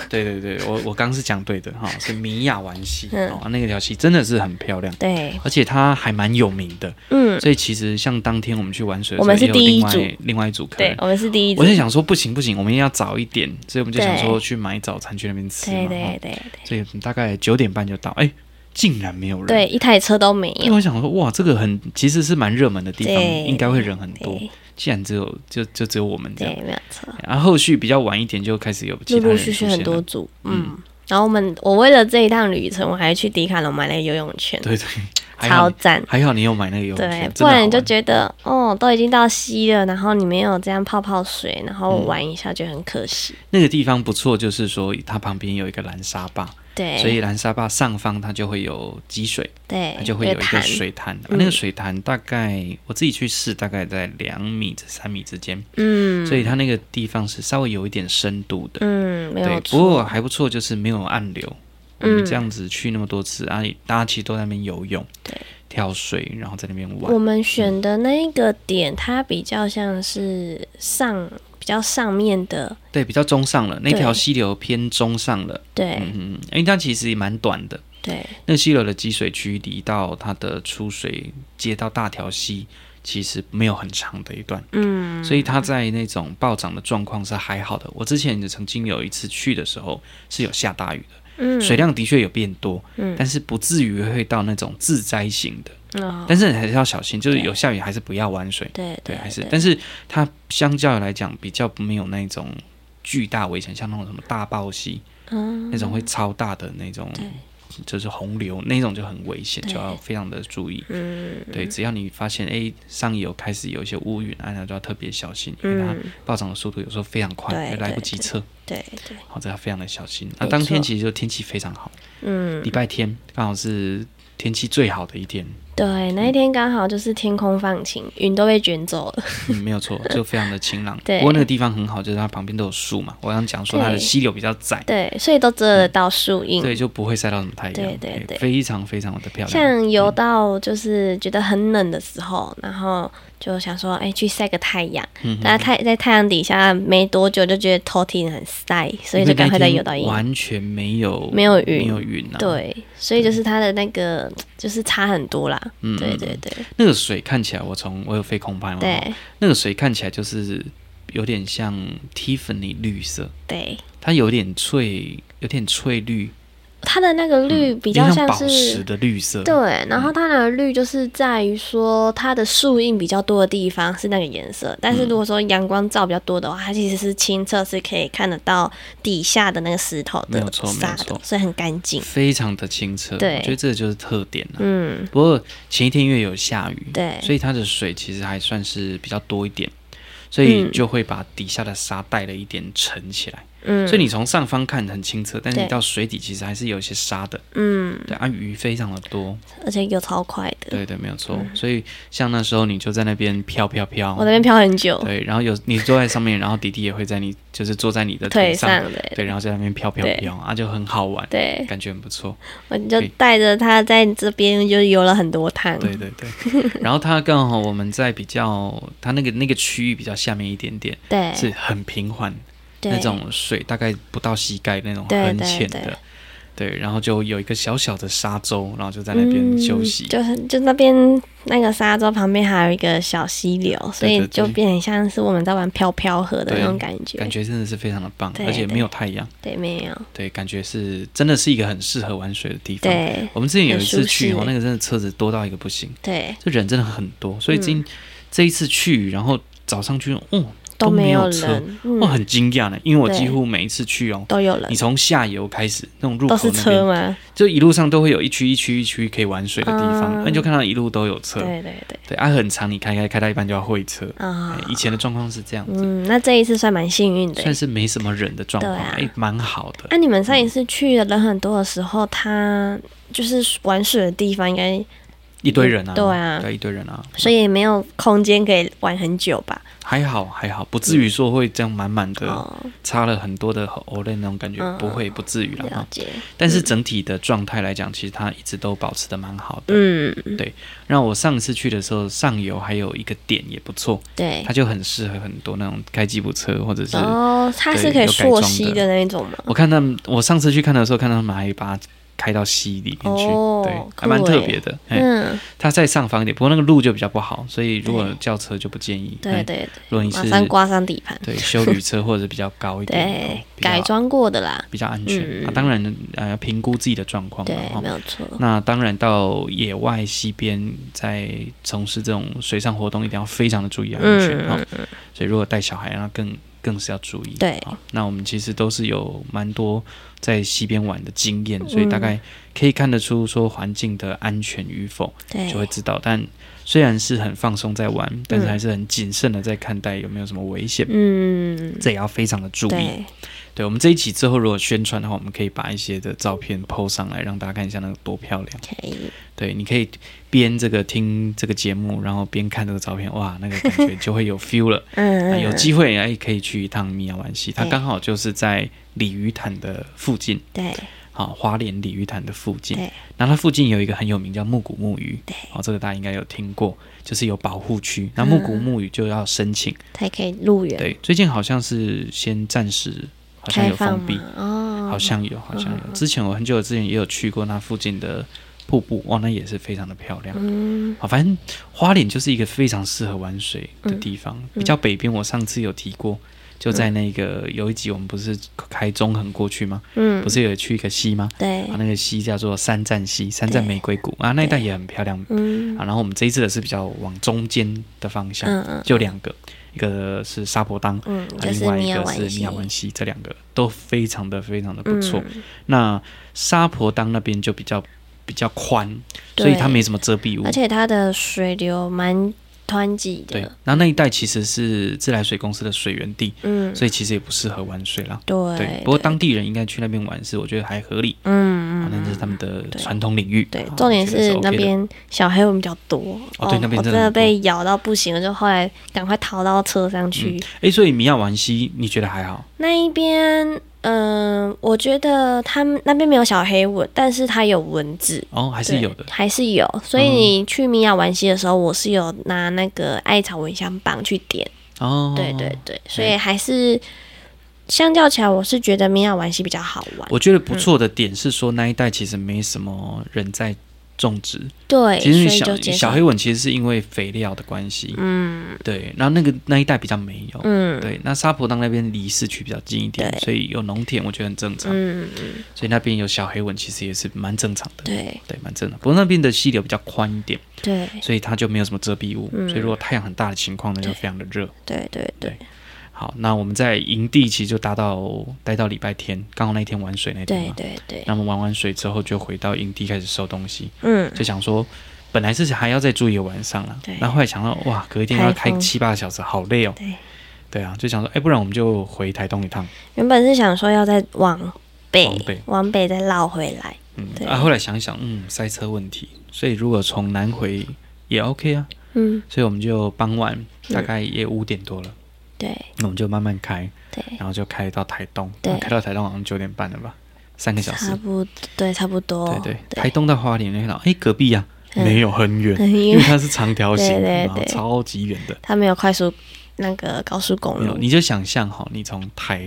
Speaker 1: 对对对，我我刚是讲对的哈，是米亚湾溪、
Speaker 2: 嗯
Speaker 1: 哦，那个条溪真的是很漂亮，
Speaker 2: 对，
Speaker 1: 而且它还蛮有名的，
Speaker 2: 嗯，
Speaker 1: 所以其实像当天我们去玩水的时候，
Speaker 2: 我们是
Speaker 1: 也有
Speaker 2: 第一
Speaker 1: 另外
Speaker 2: 组
Speaker 1: 另外一组客
Speaker 2: 对
Speaker 1: 人，。
Speaker 2: 我们是第一组
Speaker 1: 我，在想说不行不行，我们一定要早一点，所以我们就想
Speaker 2: 对
Speaker 1: 说去买早餐去那边吃
Speaker 2: 对
Speaker 1: 嘛，
Speaker 2: 对
Speaker 1: 哈
Speaker 2: 对对
Speaker 1: 所以大概九点半就到，哎，竟然没有人，
Speaker 2: 对，一台车都没
Speaker 1: 因为
Speaker 2: 有，
Speaker 1: 我想说，哇，这个很其实是蛮热门的地方，
Speaker 2: 对
Speaker 1: 应该会人很多
Speaker 2: 对。
Speaker 1: 既然只有就就只有我们这样
Speaker 2: 对，，没有错。
Speaker 1: 然后后续比较晚一点就开始有其
Speaker 2: 陆
Speaker 1: 他人
Speaker 2: 陆
Speaker 1: 出
Speaker 2: 续续
Speaker 1: 现
Speaker 2: 很
Speaker 1: 了
Speaker 2: 多组，嗯。然后我们，我为了这一趟旅程，我还去迪卡侬买了游泳圈，
Speaker 1: 对 (laughs) 对，还好
Speaker 2: 超
Speaker 1: 你
Speaker 2: 赞。
Speaker 1: 还好你有买那个游泳
Speaker 2: 对
Speaker 1: 圈，，
Speaker 2: 不然你就
Speaker 1: 真的
Speaker 2: 觉得哦，都已经到溪了，然后你没有这样泡泡水，然
Speaker 1: 嗯
Speaker 2: 后玩一下就很可惜。
Speaker 1: 好玩那个地方不错，就是说它旁边有一个蓝沙坝，
Speaker 2: 对，
Speaker 1: 所以蓝沙坝上方它就会有积水，
Speaker 2: 对
Speaker 1: 它就会有一个
Speaker 2: 哎潭，
Speaker 1: 水潭，啊
Speaker 2: 嗯
Speaker 1: 那个水潭大概我自己去试，大概在两米至三米之间，
Speaker 2: 嗯，
Speaker 1: 所以它那个地方是稍微有一点深度的。
Speaker 2: 嗯，没
Speaker 1: 对
Speaker 2: 有，
Speaker 1: 不
Speaker 2: 错，嗯
Speaker 1: 过还不错，就是没有暗流。我们这样子去那么多次，啊，大家其实都在那边游泳、
Speaker 2: 对
Speaker 1: 跳水，然后在那边玩嗯
Speaker 2: 我。们选的那个点，它比较像是上比较上面的，
Speaker 1: 对，比较中上了，那条
Speaker 2: 对
Speaker 1: 溪流偏中上了。
Speaker 2: 对
Speaker 1: 嗯嗯，因为它其实也蛮短的。
Speaker 2: 对，
Speaker 1: 那溪流的积水区离到它的出水接到大条溪，其实没有很长的一段，
Speaker 2: 嗯，
Speaker 1: 所以它在那种暴涨的状况是还好的。我之前也曾经有一次去的时候是有下大雨的，
Speaker 2: 嗯
Speaker 1: 水量的确有变多，
Speaker 2: 嗯
Speaker 1: 但是不至于会到那种自灾型的。
Speaker 2: 哦，
Speaker 1: 但是你还是要小心，就是有下雨还是不要玩水，
Speaker 2: 对
Speaker 1: 对，
Speaker 2: 对，
Speaker 1: 还是，
Speaker 2: 对
Speaker 1: 但是它相较来讲比较没有那种巨大危险，像那种什么大暴溪、
Speaker 2: 嗯
Speaker 1: 那种会超大的那种，就是洪流那种就很危险，
Speaker 2: 对
Speaker 1: 就要非常的注意。
Speaker 2: 嗯
Speaker 1: 对，只要你发现哎上游开始有一些乌云，哎那就要特别小心，因为它
Speaker 2: 嗯，
Speaker 1: 暴涨的速度有时候非常快，
Speaker 2: 对
Speaker 1: 也来不及
Speaker 2: 对
Speaker 1: 测，
Speaker 2: 对对，
Speaker 1: 好，这要非常的小心。那
Speaker 2: 没
Speaker 1: 当天
Speaker 2: 错
Speaker 1: 其实就天气非常好，
Speaker 2: 嗯
Speaker 1: 礼拜天刚好是天气最好的一天。
Speaker 2: 对，那一天刚好就是天空放晴，云都被卷走了，
Speaker 1: 嗯，没有错，就非常的晴朗。
Speaker 2: (laughs) 对
Speaker 1: 不过那个地方很好，就是它旁边都有树嘛。我刚讲说它的
Speaker 2: 对
Speaker 1: 溪流比较窄，
Speaker 2: 对，所以都遮得到树荫，
Speaker 1: 对，就不会晒到什么太阳。
Speaker 2: 对对对
Speaker 1: 非常非常的漂亮。
Speaker 2: 像游到就是觉得很冷的时候，然后就想说，哎、去晒个太阳。
Speaker 1: 嗯哼
Speaker 2: 但太在太阳底下没多久，就觉得头顶很晒，所以就赶快再游到
Speaker 1: 因
Speaker 2: 阴
Speaker 1: 为那一
Speaker 2: 影。
Speaker 1: 天嗯完全没有
Speaker 2: 没有云
Speaker 1: 没有云啊。，
Speaker 2: 对，所以就是它的那个就是差很多啦。
Speaker 1: 嗯哦
Speaker 2: 对对对
Speaker 1: 那个水看起来，我从我有飞空拍嘛，
Speaker 2: 对
Speaker 1: 那个水看起来就是有点像 Tiffany 绿色，
Speaker 2: 对，
Speaker 1: 它有点翠，有点翠绿，
Speaker 2: 它的那个绿比较
Speaker 1: 嗯有
Speaker 2: 像
Speaker 1: 点宝石
Speaker 2: 是。
Speaker 1: 的嗯绿色。
Speaker 2: 对，然后它的绿就是在于说它的树荫比较多的地方是那个颜色，但
Speaker 1: 嗯
Speaker 2: 是如果说阳光照比较多的话，它其实是清澈，是可以看得到底下的那个石头
Speaker 1: 没
Speaker 2: 的
Speaker 1: 有错没有
Speaker 2: 沙的
Speaker 1: 错，
Speaker 2: 所以很干净。
Speaker 1: 非常的清澈，
Speaker 2: 对
Speaker 1: 我觉得这就是特点了、
Speaker 2: 嗯，
Speaker 1: 不过前一天因为有下雨，
Speaker 2: 对
Speaker 1: 所以它的水其实还算是比较多一点，所以
Speaker 2: 嗯
Speaker 1: 就会把底下的沙带了一点沉起来。
Speaker 2: 嗯，
Speaker 1: 所以你从上方看很清澈，但是你
Speaker 2: 对
Speaker 1: 到水底其实还是有一些沙的。
Speaker 2: 嗯，
Speaker 1: 对啊，鱼非常的多，
Speaker 2: 而且游超快的，
Speaker 1: 对对，没有错。所以像那时候你就在那边飘飘飘
Speaker 2: 嗯我，那边漂很久，
Speaker 1: 对，然后有你坐在上面，然后弟弟也会在你就是坐在你的
Speaker 2: 腿
Speaker 1: 上，
Speaker 2: 上的，
Speaker 1: 对，然后在那边飘飘
Speaker 2: 对
Speaker 1: 飘啊，就很好玩，
Speaker 2: 对，
Speaker 1: 感觉很不错。
Speaker 2: 我就带着他在这边就游了很多趟，
Speaker 1: 对对对，
Speaker 2: (laughs)
Speaker 1: 然后它刚好我们在比较它那个那个区域比较下面一点点，
Speaker 2: 对
Speaker 1: 是很平缓
Speaker 2: 对
Speaker 1: 那种水，大概不到膝盖那种
Speaker 2: 对
Speaker 1: 很
Speaker 2: 对
Speaker 1: 浅
Speaker 2: 对
Speaker 1: 的，对对，然后就有一个小小的沙洲，然后就在那边休息
Speaker 2: 嗯、。就是就那边那个沙洲旁边还有一个小溪流，所
Speaker 1: 对
Speaker 2: 以
Speaker 1: 对
Speaker 2: 就变得像是我们在玩漂漂河的
Speaker 1: 对
Speaker 2: 那种感觉。
Speaker 1: 感觉真的是非常的棒，
Speaker 2: 对
Speaker 1: 而且没有太阳，
Speaker 2: 对，没有
Speaker 1: 对，感觉是真的是一个很适合玩水的地方。
Speaker 2: 对
Speaker 1: 我们之前有一次
Speaker 2: 很舒适
Speaker 1: 去哦，
Speaker 2: 欸
Speaker 1: 那个真的车子多到一个不行，
Speaker 2: 对
Speaker 1: 这人真的很多，所以
Speaker 2: 嗯
Speaker 1: 今、这一次去，然后早上去，哦，都没
Speaker 2: 没
Speaker 1: 有车
Speaker 2: 人，嗯，
Speaker 1: 我很惊讶呢，因为我
Speaker 2: 对
Speaker 1: 几乎每一次去哦，
Speaker 2: 都有人
Speaker 1: 你，从下游开始那种入
Speaker 2: 都
Speaker 1: 口
Speaker 2: 是
Speaker 1: 那
Speaker 2: 车
Speaker 1: 边，
Speaker 2: 吗？
Speaker 1: 就一路上都会有一区一区一区可以玩水的地方，
Speaker 2: 嗯
Speaker 1: 那你就看到一路都有车，
Speaker 2: 对对对
Speaker 1: 对，啊，很长，你开开开到一半就要会车。
Speaker 2: 啊
Speaker 1: 哎，以前的状况是这样子，
Speaker 2: 嗯，那这一次算蛮幸运的耶。
Speaker 1: 算是没什么人的状况，
Speaker 2: 对啊
Speaker 1: 哎，蛮好的
Speaker 2: 那、。你们上一次去的人很多的时候，他就是玩水的地方应该，
Speaker 1: 一堆人啊，
Speaker 2: 对啊
Speaker 1: 一堆人啊，
Speaker 2: 所以没有空间可以玩很久吧？
Speaker 1: 还好还好，不
Speaker 2: 嗯
Speaker 1: 至于说会这样满满的
Speaker 2: 哦，
Speaker 1: 插了很多的 o l E 那种感觉，
Speaker 2: 嗯
Speaker 1: 不会不至于
Speaker 2: 了
Speaker 1: 啦。
Speaker 2: 解。
Speaker 1: 但是整体的状态来讲，其实它一直都保持的蛮好的。
Speaker 2: 嗯，
Speaker 1: 那我上次去的时候，上游还有一个点也不错，
Speaker 2: 对
Speaker 1: 它。就很适合很多那种开吉普车或者是。
Speaker 2: 哎哦，它是
Speaker 1: 对
Speaker 2: 可以
Speaker 1: 有改
Speaker 2: 溯
Speaker 1: 装
Speaker 2: 溪
Speaker 1: 的
Speaker 2: 的那一种吗？
Speaker 1: 我看他们，我上次去看的时候，看到他们还把它开到溪里面去，
Speaker 2: 哦
Speaker 1: 对，还
Speaker 2: 酷
Speaker 1: 蛮特
Speaker 2: 欸
Speaker 1: 别的。嘿
Speaker 2: 嗯，
Speaker 1: 它在上方一点，不过那个路就比较不好，所以如果
Speaker 2: 对
Speaker 1: 轿车就不建议。
Speaker 2: 对
Speaker 1: 嘿
Speaker 2: 对
Speaker 1: 如果
Speaker 2: 对，
Speaker 1: 你
Speaker 2: 马
Speaker 1: 是
Speaker 2: 上挂上底盘。
Speaker 1: 对修旅车或者是比较高一点，
Speaker 2: 对
Speaker 1: 哦，比较
Speaker 2: 改装过的啦。
Speaker 1: 比较安全。
Speaker 2: 嗯
Speaker 1: 啊、当然，呃，评估自己的状况嘛
Speaker 2: 对，
Speaker 1: 哈
Speaker 2: 没有错。
Speaker 1: 那当然，到野外溪边在从事这种水上活动，一定要非常的注意安全
Speaker 2: 嗯
Speaker 1: 哈、
Speaker 2: 嗯嗯，
Speaker 1: 所以，如果带小孩，那更更是要注意。
Speaker 2: 对
Speaker 1: 好那我们其实都是有蛮多在溪边玩的经验，
Speaker 2: 嗯
Speaker 1: 所以大概可以看得出说环境的安全与否，就
Speaker 2: 对，
Speaker 1: 会知道。但虽然是很放松在玩，但
Speaker 2: 嗯
Speaker 1: 是还是很谨慎的在看待有没有什么危险，
Speaker 2: 嗯，
Speaker 1: 这也要非常的注意。
Speaker 2: 对，
Speaker 1: 对我们这一期之后，如果宣传的话，我们可以把一些的照片 PO 上来，让大家看一下那个多漂亮。
Speaker 2: 可以，
Speaker 1: 对，你可以边这个听这个节目，然后边看这个照片，哇，那个感觉就会有
Speaker 2: (laughs)
Speaker 1: feel 了。
Speaker 2: 嗯，
Speaker 1: 啊、
Speaker 2: 嗯
Speaker 1: 有
Speaker 2: 嗯
Speaker 1: 机会哎，可以去一趟米亚湾溪，它
Speaker 2: 对
Speaker 1: 刚好就是在鲤鱼潭的附近，
Speaker 2: 对
Speaker 1: 好、花莲鲤鱼潭的附近。
Speaker 2: 对
Speaker 1: 那它附近有一个很有名叫木谷木鱼，
Speaker 2: 对，
Speaker 1: 哦，这个大家应该有听过，就是有保护区。那木
Speaker 2: 嗯
Speaker 1: 谷木鱼就要申请，
Speaker 2: 才可以入园，
Speaker 1: 对，最近好像是先暂时好像
Speaker 2: 开
Speaker 1: 有
Speaker 2: 放
Speaker 1: 封闭，
Speaker 2: 嘛，哦，
Speaker 1: 好像有，好像
Speaker 2: 嗯
Speaker 1: 有。之前我很久之前也有去过那附近的瀑布，哇，那也是非常的漂亮。
Speaker 2: 嗯，
Speaker 1: 好，反正花莲就是一个非常适合玩水的地方，
Speaker 2: 嗯
Speaker 1: 比较北边。我上次有提过，就在那个、有一集我们不是开中横过去吗？
Speaker 2: 嗯
Speaker 1: 不是有去一个溪吗？
Speaker 2: 对
Speaker 1: 啊，，那个溪叫做三站溪，三站玫瑰谷啊，那一带也很漂亮。
Speaker 2: 嗯
Speaker 1: 啊，然后我们这一次的是比较往中间的方向，
Speaker 2: 嗯嗯
Speaker 1: 就两个，一个是沙坡当，
Speaker 2: 嗯，
Speaker 1: 啊
Speaker 2: 就
Speaker 1: 另
Speaker 2: 是
Speaker 1: 外
Speaker 2: 米
Speaker 1: 一
Speaker 2: 亚
Speaker 1: 个
Speaker 2: 湾
Speaker 1: 是米
Speaker 2: 西
Speaker 1: 亚，湾溪，这两个都非常的非常的不错。
Speaker 2: 嗯
Speaker 1: 那沙婆当那边就比较比较宽，所以它
Speaker 2: 对
Speaker 1: 没什么遮蔽物
Speaker 2: 而。且它的水流蛮湍急
Speaker 1: 对
Speaker 2: 的，，
Speaker 1: 那那一带其实是自来水公司的水源地，
Speaker 2: 嗯，
Speaker 1: 所以其实也不适合玩水啦。
Speaker 2: 对
Speaker 1: 对，不过当地人应该去那边玩是我觉得还合理，
Speaker 2: 嗯
Speaker 1: 啊，那
Speaker 2: 嗯
Speaker 1: 是
Speaker 2: 嗯，
Speaker 1: 他们的
Speaker 2: 对
Speaker 1: 传统领域。
Speaker 2: 对
Speaker 1: 啊，
Speaker 2: 重点
Speaker 1: 我觉得是
Speaker 2: 是
Speaker 1: OK 的
Speaker 2: 那边小黑蚊比较多，
Speaker 1: 哦对那边
Speaker 2: 我
Speaker 1: 真的
Speaker 2: 真的
Speaker 1: 很多嗯
Speaker 2: 被咬到不行了，就后来赶快逃到车上去，
Speaker 1: 诶，所以米亚玩溪你觉得还好？
Speaker 2: 那一边，嗯、我觉得他们那边没有小黑蚊，但是它有蚊子，
Speaker 1: 哦，还
Speaker 2: 还
Speaker 1: 是有的。
Speaker 2: 还是有。所以你去米亚玩溪的时候，我是有拿那个艾草蚊香棒去点，
Speaker 1: 哦，
Speaker 2: 对对。对，所以还是相较起来，我是觉得米亚玩溪比较好玩。
Speaker 1: 我觉得不错的点是说那一带其实没什么人在种植，
Speaker 2: 对，
Speaker 1: 其实
Speaker 2: 所以就
Speaker 1: 小
Speaker 2: 减
Speaker 1: 小
Speaker 2: 少
Speaker 1: 黑，吻其实是因为肥料的关系，
Speaker 2: 嗯
Speaker 1: 对，然后那个那一带比较没有，
Speaker 2: 嗯
Speaker 1: 对，那沙坡当那边离市区比较近一点，
Speaker 2: 对
Speaker 1: 所以有农田，我觉得很正常，
Speaker 2: 嗯，嗯
Speaker 1: 所以那边有小黑吻其实也是蛮正常的，
Speaker 2: 对
Speaker 1: 对，蛮正常。不过那边的溪流比较宽一点，
Speaker 2: 对
Speaker 1: 所以它就没有什么遮蔽物，
Speaker 2: 嗯
Speaker 1: 所以如果太阳很大的情况，那就非常的热。
Speaker 2: 对对对
Speaker 1: 好，那我们在营地其实就待到待到礼拜天，刚好那一天玩水那天
Speaker 2: 对
Speaker 1: 嘛，
Speaker 2: 对对，
Speaker 1: 那我们玩完水之后就回到营地开始收东西，
Speaker 2: 嗯
Speaker 1: 就想说，本来是还要再住一个晚上啦
Speaker 2: 对，
Speaker 1: 然后后来想到，哇，隔一天要开
Speaker 2: 台风
Speaker 1: 七八个小时，好累哦。
Speaker 2: 对。
Speaker 1: 对啊，就想说，哎，不然我们就回台东一趟。
Speaker 2: 原本是想说要再往北
Speaker 1: 往北
Speaker 2: 往北再绕回来。
Speaker 1: 嗯，
Speaker 2: 对
Speaker 1: 啊，后来想一想，嗯，塞车问题，所以如果从南回也 OK 啊。
Speaker 2: 嗯，
Speaker 1: 所以我们就傍晚大概也五点多了，
Speaker 2: 对
Speaker 1: 那我们就慢慢开，
Speaker 2: 对，
Speaker 1: 然后就开到台东。
Speaker 2: 对
Speaker 1: 那开到台东好像九点半了吧，三个小时
Speaker 2: 差。不多，对，差不多。
Speaker 1: 对对，台东到花莲那到，哎，隔壁啊，
Speaker 2: 嗯
Speaker 1: 没有很远，
Speaker 2: 很远
Speaker 1: 因为它是长条形，
Speaker 2: 对对
Speaker 1: 然后
Speaker 2: 对
Speaker 1: 超级远的。
Speaker 2: 它没有快速那个高速公
Speaker 1: 没有
Speaker 2: 路，
Speaker 1: 你就想象哈，你从台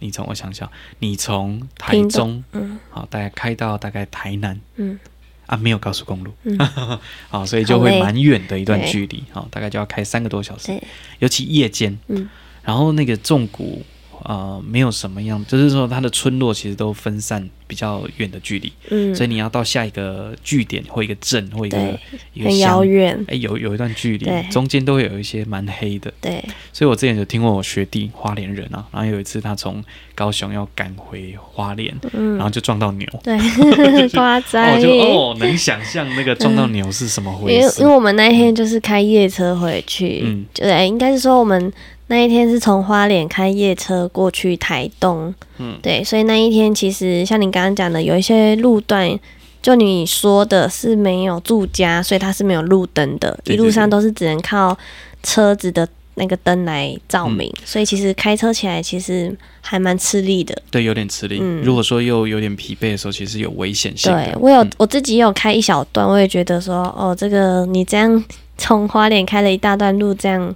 Speaker 1: 你从我想想，你从台
Speaker 2: 屏
Speaker 1: 中
Speaker 2: 东嗯
Speaker 1: 好，大概开到大概台南
Speaker 2: 嗯，
Speaker 1: 啊，没有高速公路，
Speaker 2: 嗯
Speaker 1: (laughs) 好，所以就会
Speaker 2: 好嘞
Speaker 1: 蛮远的一段
Speaker 2: 对
Speaker 1: 距离，好，大概就要开三个多小时，
Speaker 2: 对，
Speaker 1: 尤其夜间，
Speaker 2: 嗯
Speaker 1: 然后那个纵谷呃没有什么样，就是说它的村落其实都分散比较远的距离，
Speaker 2: 嗯，
Speaker 1: 所以你要到下一个据点或一个镇或一个
Speaker 2: 对
Speaker 1: 一个
Speaker 2: 很
Speaker 1: 乡
Speaker 2: 遥，远，
Speaker 1: 哎，有有一段距离
Speaker 2: 对，
Speaker 1: 中间都会有一些蛮黑的，
Speaker 2: 对，
Speaker 1: 所以我之前有听过我学弟花莲人啊，然后有一次他从高雄要赶回花莲，
Speaker 2: 嗯
Speaker 1: 然后就撞到牛。
Speaker 2: 对，
Speaker 1: (laughs)
Speaker 2: (laughs) 夸张
Speaker 1: 哦，
Speaker 2: 耶，
Speaker 1: 就哦，能想象那个撞到牛是什么
Speaker 2: 嗯因
Speaker 1: 回
Speaker 2: 为
Speaker 1: 事
Speaker 2: 因为。我们那一天就是开夜车回去，
Speaker 1: 嗯
Speaker 2: 就对，应该是说我们那一天是从花莲开夜车过去台东，
Speaker 1: 嗯
Speaker 2: 对，所以那一天其实像你刚刚讲的，有一些路段。就你说的是没有住家，所以它是没有路灯的，
Speaker 1: 对对
Speaker 2: 一路上都是只能靠车子的那个灯来照明，
Speaker 1: 嗯
Speaker 2: 所以其实开车起来其实还蛮吃力的。
Speaker 1: 对，有点吃力。
Speaker 2: 嗯
Speaker 1: 如果说又有点疲惫的时候，其实有危险性
Speaker 2: 对
Speaker 1: 的。
Speaker 2: 我有、
Speaker 1: 嗯
Speaker 2: 我自己有开一小段，我也觉得说，哦，这个你这样从花莲开了一大段路，这样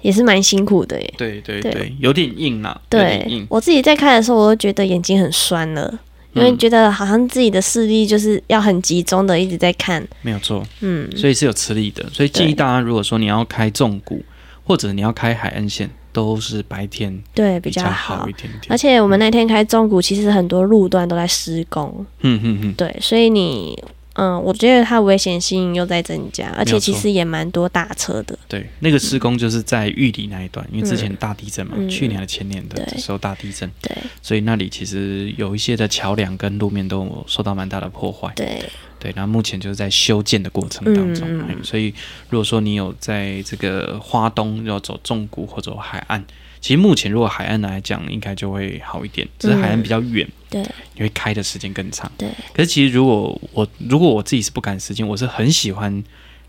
Speaker 2: 也是蛮辛苦的耶。
Speaker 1: 对对
Speaker 2: 对
Speaker 1: 对，有点硬啦，有点
Speaker 2: 对
Speaker 1: 硬，。
Speaker 2: 我自己在开的时候，我就觉得眼睛很酸了，因为
Speaker 1: 嗯
Speaker 2: 觉得好像自己的视力就是要很集中的一直在看，
Speaker 1: 没有错，
Speaker 2: 嗯，
Speaker 1: 所以是有吃力的。所以建议
Speaker 2: 对
Speaker 1: 大家，如果说你要开纵谷，或者你要开海岸线，都是白天
Speaker 2: 对，比
Speaker 1: 比
Speaker 2: 较
Speaker 1: 较
Speaker 2: 好
Speaker 1: 一。点点。
Speaker 2: 而，且我们那天开中谷，其实很多路段都在施工，
Speaker 1: 嗯嗯嗯，
Speaker 2: 对，所以你，嗯，我觉得它危险性又在增加，而
Speaker 1: 没有
Speaker 2: 且
Speaker 1: 错
Speaker 2: 其实也蛮多大车的，
Speaker 1: 对，那个施工就是在玉里那一段，因为之前大地震嘛，
Speaker 2: 嗯
Speaker 1: 去年还是前年的
Speaker 2: 对
Speaker 1: 这时候大地震，
Speaker 2: 对
Speaker 1: 所以那里其实有一些的桥梁跟路面都有受到蛮大的破坏。
Speaker 2: 对，
Speaker 1: 对，那目前就是在修建的过程当中，
Speaker 2: 嗯
Speaker 1: 哎所以如果说你有在这个花东要走纵谷或走海岸，其实目前如果海岸来讲，应该就会好一点，只是海岸比较远，
Speaker 2: 嗯对
Speaker 1: 你会开的时间更长。
Speaker 2: 对，
Speaker 1: 可是其实如果我如果我自己是不赶时间，我是很喜欢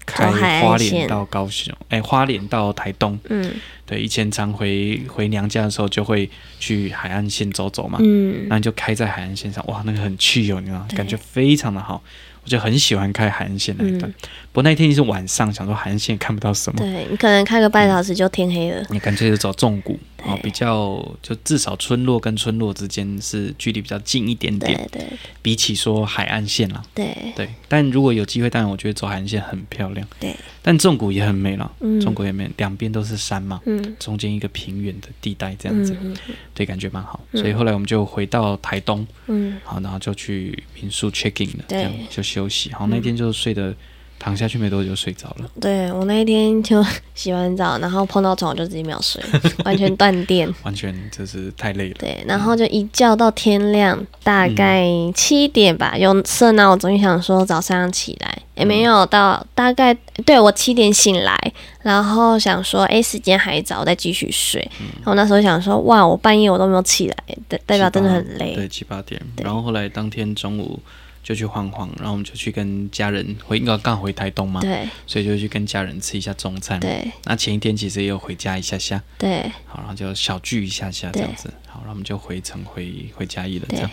Speaker 1: 开
Speaker 2: 走海岸
Speaker 1: 花莲
Speaker 2: 线
Speaker 1: 到高雄，哎，花莲到台东，
Speaker 2: 嗯
Speaker 1: 对，以前常回回娘家的时候就会去海岸线走走嘛，
Speaker 2: 嗯，
Speaker 1: 那你就开在海岸线上，哇，那个很去油，你知道吗，
Speaker 2: 对
Speaker 1: 感觉非常的好，我就很喜欢开海岸线那一段。不过那一天是晚上，想说海岸线看不到什么，
Speaker 2: 嗯对你可能开个半小时就天黑了。
Speaker 1: 你干脆就走纵谷
Speaker 2: 对
Speaker 1: 哦，比较就至少村落跟村落之间是距离比较近一点点，
Speaker 2: 对对
Speaker 1: 比起说海岸线啦。
Speaker 2: 对
Speaker 1: 对，但如果有机会，当然我觉得走海岸线很漂亮，
Speaker 2: 对，
Speaker 1: 但纵谷也很美啦，
Speaker 2: 嗯
Speaker 1: 纵谷也美，两边都是山嘛，
Speaker 2: 嗯，
Speaker 1: 中间一个平原的地带这样子，
Speaker 2: 嗯
Speaker 1: 对，感觉蛮好。所以后来我们就回到台东，
Speaker 2: 嗯
Speaker 1: 好，然后就去民宿 check in 了，这
Speaker 2: 对
Speaker 1: 样就休息。好，那天就睡的、躺下去没多久就睡着了，
Speaker 2: 嗯，对我那一天就洗完澡，然后碰到床我就直接秒睡，完全断
Speaker 1: (laughs)
Speaker 2: 电。
Speaker 1: 完全就是太累了。
Speaker 2: 对，然后就一觉到天亮，大概
Speaker 1: 嗯
Speaker 2: 七点吧，有设闹钟，想说早上起来，也
Speaker 1: 嗯
Speaker 2: 没有到大概，对我七点醒来，然后想说，哎，时间还早，再继续睡。
Speaker 1: 嗯
Speaker 2: 然后那时候想说，哇，我半夜我都没有起来，代代表真的很
Speaker 1: 七八对，
Speaker 2: 累。
Speaker 1: 七八点。
Speaker 2: 对
Speaker 1: 然后后来当天中午就去晃晃，然后我们就去跟家人回，刚刚回台东嘛，
Speaker 2: 对
Speaker 1: 所以就去跟家人吃一下中餐。
Speaker 2: 对
Speaker 1: 那前一天其实也有回家一下下，
Speaker 2: 对
Speaker 1: 好，然后就小聚一下下这
Speaker 2: 对
Speaker 1: 样子。好，然后我们就回程回回嘉义了，这
Speaker 2: 对
Speaker 1: 样。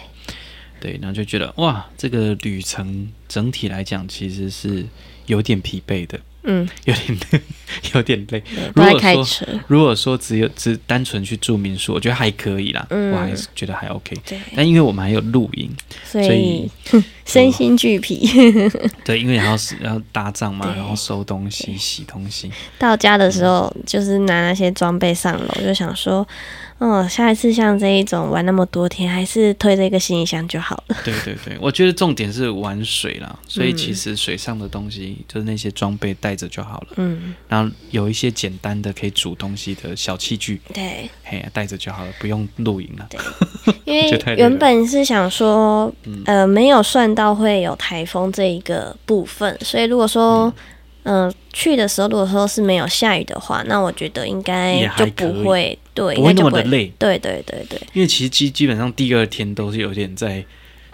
Speaker 1: 对，然后就觉得哇，这个旅程整体来讲其实是有点疲惫的。
Speaker 2: 嗯，
Speaker 1: 有点 (laughs) 有点累。
Speaker 2: 对
Speaker 1: 如
Speaker 2: 都在
Speaker 1: 果
Speaker 2: 开
Speaker 1: 说
Speaker 2: 车。
Speaker 1: 如果说只有只单纯去住民宿，我觉得还可以啦，
Speaker 2: 嗯
Speaker 1: 我还是觉得还 OK。
Speaker 2: 对，
Speaker 1: 但因为我们还有露营，
Speaker 2: 所
Speaker 1: 所
Speaker 2: 以
Speaker 1: 哎以
Speaker 2: 身心俱疲。 (laughs)
Speaker 1: 对，因为还要是要搭帐嘛，
Speaker 2: 对
Speaker 1: 然后收东西、洗东西， (laughs)
Speaker 2: 到家的时候，就是拿那些装备上楼，就想说，哦，下一次像这一种玩那么多天，还是推着一个行李箱就好了。
Speaker 1: 对对对。我觉得重点是玩水啦，所以
Speaker 2: 嗯
Speaker 1: 其实水上的东西就是那些装备带着就好了，
Speaker 2: 嗯，
Speaker 1: 然后有一些简单的可以煮东西的小器具，
Speaker 2: 对，
Speaker 1: 嘿，带着就好了，不用露营了。
Speaker 2: 因
Speaker 1: 我觉得太
Speaker 2: 为
Speaker 1: 累了嗯
Speaker 2: 原本是想说，呃，没有算到会有台风这一个部分，所以如果说，嗯、去的时候如果说是没有下雨的话，那我觉得应该
Speaker 1: 也还
Speaker 2: 就
Speaker 1: 可以
Speaker 2: 不会，对，
Speaker 1: 不
Speaker 2: 应
Speaker 1: 会
Speaker 2: 该就
Speaker 1: 那么
Speaker 2: 不会
Speaker 1: 的累
Speaker 2: 对对对
Speaker 1: (laughs)
Speaker 2: 对
Speaker 1: 因为其实基基本上第二天都是有点在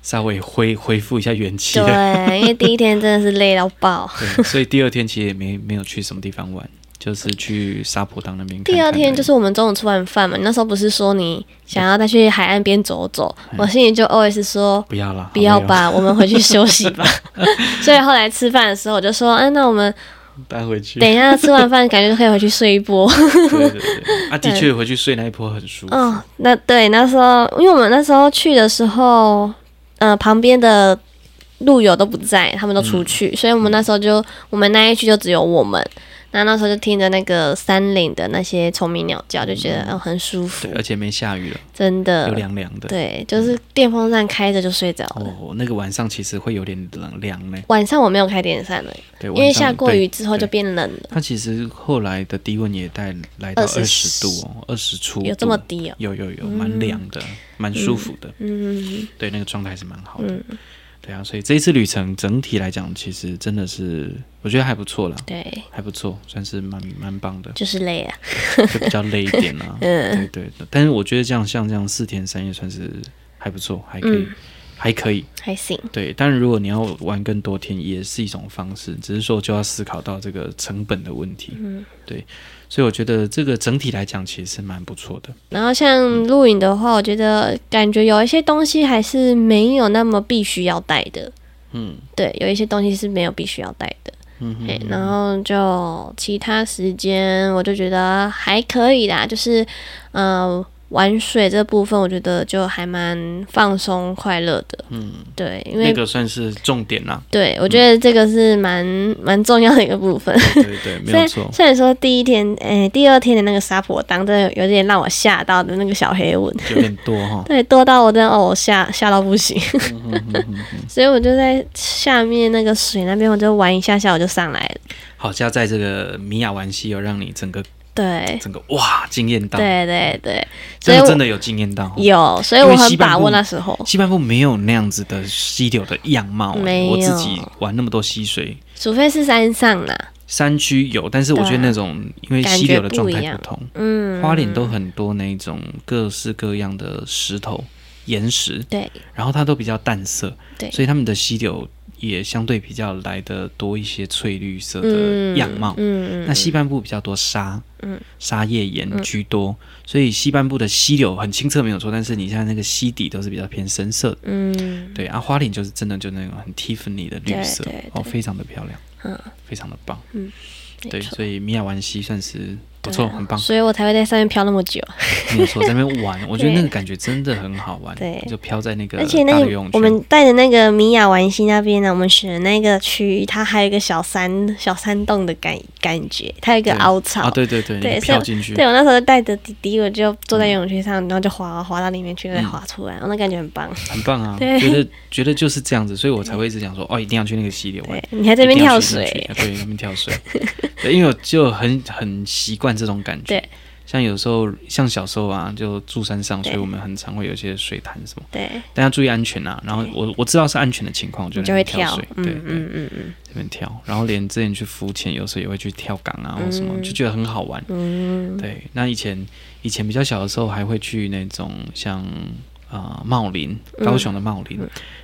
Speaker 1: 稍微恢恢复一下元气的，
Speaker 2: 对，因为第一天真的是累到爆。
Speaker 1: (laughs) 对，所以第二天其实也没没有去什么地方玩，就是去沙坡塘那边看看而已。
Speaker 2: 第二天就是我们中午吃完饭嘛，你那时候不是说你想要再去海岸边走走，我心里就 always 说。
Speaker 1: 不要啦，
Speaker 2: 不要
Speaker 1: 好累哦。 (laughs)
Speaker 2: 吧，我们回去休息吧。所以后来吃饭的时候，我就说，啊，那我们
Speaker 1: 带回去。
Speaker 2: 等一下吃完饭，感觉就可以回去睡一
Speaker 1: (laughs)
Speaker 2: 波。
Speaker 1: 对对对，
Speaker 2: (laughs)
Speaker 1: 啊，的确回去睡那一波很舒服。
Speaker 2: 哦，那对，那时候因为我们那时候去的时候，呃，旁边的路友都不在，他们都出
Speaker 1: 嗯
Speaker 2: 去，所以我们那时候就我们那一区就只有我们。那那时候就听着那个山岭的那些虫鸣鸟叫，就觉得、哦很舒服
Speaker 1: 嗯对，，而且没下雨了，
Speaker 2: 真
Speaker 1: 又
Speaker 2: 的。
Speaker 1: 凉凉的。
Speaker 2: 呃对，就是电风扇开着就睡着了。
Speaker 1: 哦，那个晚上其实会有点冷凉呢。
Speaker 2: 晚上我没有开电扇了，
Speaker 1: 对，
Speaker 2: 因为
Speaker 1: 晚上
Speaker 2: 下过雨
Speaker 1: 对
Speaker 2: 之后就变冷了，
Speaker 1: 它其实后来的低温也带来到
Speaker 2: 20
Speaker 1: 二十度哦，二十出
Speaker 2: 有这
Speaker 1: 度
Speaker 2: 么低哦、
Speaker 1: 有有有，蛮凉的，蛮舒服的，
Speaker 2: 嗯，
Speaker 1: 对，那个状态是蛮好的。对啊，所以这一次旅程整体来讲，其实真的是我觉得还不错啦，
Speaker 2: 对，，
Speaker 1: 还不错，算是蛮蛮棒的
Speaker 2: (laughs) 就是累啊。
Speaker 1: 就比较累一点啦。
Speaker 2: 嗯
Speaker 1: 对对对，但是我觉得这样像这样四天三夜算是还不错，还可
Speaker 2: 嗯
Speaker 1: 以，还可以。
Speaker 2: 还行，
Speaker 1: 对，但是如果你要玩更多天，也是一种方式，只是说就要思考到这个成本的问题。嗯，对，所以我觉得这个整体来讲其实是蛮不错的。
Speaker 2: 然后像录影的话，我觉得感觉有一些东西还是没有那么必须要带的，
Speaker 1: 嗯
Speaker 2: 对，有一些东西是没有必须要带的，
Speaker 1: 嗯哼
Speaker 2: 哎，然后就其他时间我就觉得还可以啦，就是呃玩水这部分，我觉得就还蛮放松快乐的，
Speaker 1: 嗯，
Speaker 2: 对，因为、
Speaker 1: 那个算是重点啦。
Speaker 2: 对我觉得这个是蛮蛮重要的一个部分。
Speaker 1: 对对，嗯没
Speaker 2: 虽
Speaker 1: 有
Speaker 2: 然
Speaker 1: 错。
Speaker 2: 虽然说第一天，哎、第二天的那个沙坡当真的有点让我吓到的那个小黑蚊，，
Speaker 1: 有点多哈
Speaker 2: 对，多到我真的哦，我吓吓到不行，
Speaker 1: 嗯
Speaker 2: 所以我就在下面那个水那边，我就玩一下下，我就上来了。
Speaker 1: 好加在这个米亚玩西有让你整个
Speaker 2: 对，
Speaker 1: 整个哇惊艳到，
Speaker 2: 对对对，所
Speaker 1: 真
Speaker 2: 以
Speaker 1: 的
Speaker 2: 我
Speaker 1: 真的有惊艳到。
Speaker 2: 有，所以
Speaker 1: 因
Speaker 2: 我
Speaker 1: 为
Speaker 2: 很
Speaker 1: 西半
Speaker 2: 把
Speaker 1: 部
Speaker 2: 握那时候，
Speaker 1: 西半部没有那样子的溪流的样貌、欸
Speaker 2: 没有
Speaker 1: 我自己玩那么多溪水，
Speaker 2: 除非是山上啦、
Speaker 1: 山区有，但是我觉
Speaker 2: 啊
Speaker 1: 得那种因为溪流的状态不同，
Speaker 2: 嗯，
Speaker 1: 花莲都很多那种各式各样的石头、岩石，
Speaker 2: 对
Speaker 1: 然后它都比较淡色，
Speaker 2: 对
Speaker 1: 所以他们的溪流也相对比较来的多一些翠绿色的样貌。
Speaker 2: 嗯，
Speaker 1: 那西半部比较多沙，沙叶岩居多，所以西半部的溪流很清澈没有错，但是你像那个溪底都是比较偏深色的，
Speaker 2: 嗯，
Speaker 1: 对啊，花莲就是真的就那种很 Tiffany 的绿色
Speaker 2: 对对，
Speaker 1: 哦，非常的漂亮，
Speaker 2: 嗯，
Speaker 1: 非常的棒，
Speaker 2: 没
Speaker 1: 对，
Speaker 2: 错啊
Speaker 1: 所以米亚湾溪算是不错，很棒，
Speaker 2: 所以我才会在上面漂那么久。
Speaker 1: 没有错，在那边玩，
Speaker 2: (laughs)
Speaker 1: 我觉得
Speaker 2: 对
Speaker 1: 那个感觉真的很好玩，
Speaker 2: 对
Speaker 1: 就飘在那个
Speaker 2: 而且
Speaker 1: 大
Speaker 2: 那
Speaker 1: 的
Speaker 2: 个
Speaker 1: 游泳
Speaker 2: 我
Speaker 1: 圈，
Speaker 2: 们带的那个米亚玩西那边呢，我们选的那个区域，它还有一个小山小山洞的感感觉，它有一个
Speaker 1: 对
Speaker 2: 凹槽。
Speaker 1: 啊，对对对，
Speaker 2: 对
Speaker 1: 你
Speaker 2: 所以
Speaker 1: 飘进去，嗯
Speaker 2: 对我那时候带着弟弟，我就坐在游泳圈上，然后就滑滑到里面去，再滑出来，哦我那感觉很棒。
Speaker 1: 很棒啊，
Speaker 2: 对
Speaker 1: 觉得觉得就是这样子，所以我才会一直讲说，哦，一定要去那个溪流玩
Speaker 2: 对，，你还在那边跳水，
Speaker 1: 一定要去一定要去对，那边跳水，
Speaker 2: (laughs)
Speaker 1: 对，因为我就很很习惯这种感觉
Speaker 2: 对。
Speaker 1: 像有时候，像小时候啊，就住山上，
Speaker 2: 对
Speaker 1: 所以我们很常会有一些水潭什么，
Speaker 2: 对，
Speaker 1: 但要注意安全啊。然后我我知道是安全的情况，我就
Speaker 2: 你就
Speaker 1: 在那
Speaker 2: 会
Speaker 1: 边
Speaker 2: 跳
Speaker 1: 水，，对
Speaker 2: 嗯
Speaker 1: 对，
Speaker 2: 嗯嗯嗯
Speaker 1: 这边跳。然后连之前去浮潜，有时候也会去跳港啊或什么，就觉得很好玩。
Speaker 2: 嗯，
Speaker 1: 对，那以前以前比较小的时候，还会去那种像啊、呃茂林，
Speaker 2: 嗯
Speaker 1: 高雄的茂林，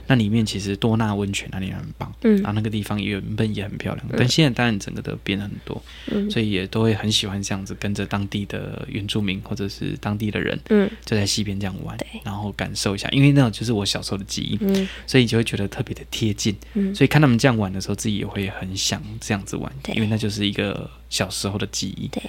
Speaker 1: 那里面其实多纳温泉那里也很棒，
Speaker 2: 嗯
Speaker 1: 啊然后那个地方原本也很漂亮，但现在当然整个的变很多，
Speaker 2: 嗯
Speaker 1: 所以也都会很喜欢这样子跟着当地的原住民或者是当地的人，
Speaker 2: 嗯，
Speaker 1: 就在溪边这样玩，然后感受一下，因为那种就是我小时候的记忆，
Speaker 2: 嗯
Speaker 1: 所以你就会觉得特别的贴近，
Speaker 2: 嗯
Speaker 1: 啊所以看他们这样玩的时候，自己也会很想这样子玩，
Speaker 2: 对
Speaker 1: 因为那就是一个小时候的记忆，
Speaker 2: 对嗯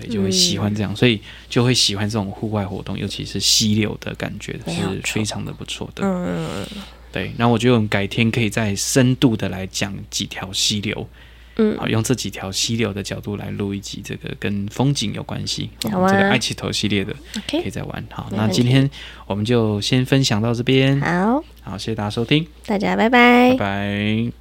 Speaker 1: 对，就会喜欢这样，所以就会喜欢这种户外活动，尤其是溪流的感觉
Speaker 2: 没有
Speaker 1: 是
Speaker 2: 错
Speaker 1: 非常的不错的，
Speaker 2: 嗯
Speaker 1: 对。那我觉得我们改天可以再深度的来讲几条溪流，
Speaker 2: 嗯
Speaker 1: 好，呃用这几条溪流的角度来录一集这个跟风景有关系，
Speaker 2: 好啊
Speaker 1: 我们这个爱奇头系列的可以
Speaker 2: ，OK，
Speaker 1: 再玩。好，
Speaker 2: 没
Speaker 1: 那
Speaker 2: 问题
Speaker 1: 今天我们就先分享到这边，
Speaker 2: 好，哎
Speaker 1: 好，谢谢大家收听，
Speaker 2: 大家拜
Speaker 1: 拜
Speaker 2: 拜。
Speaker 1: 拜。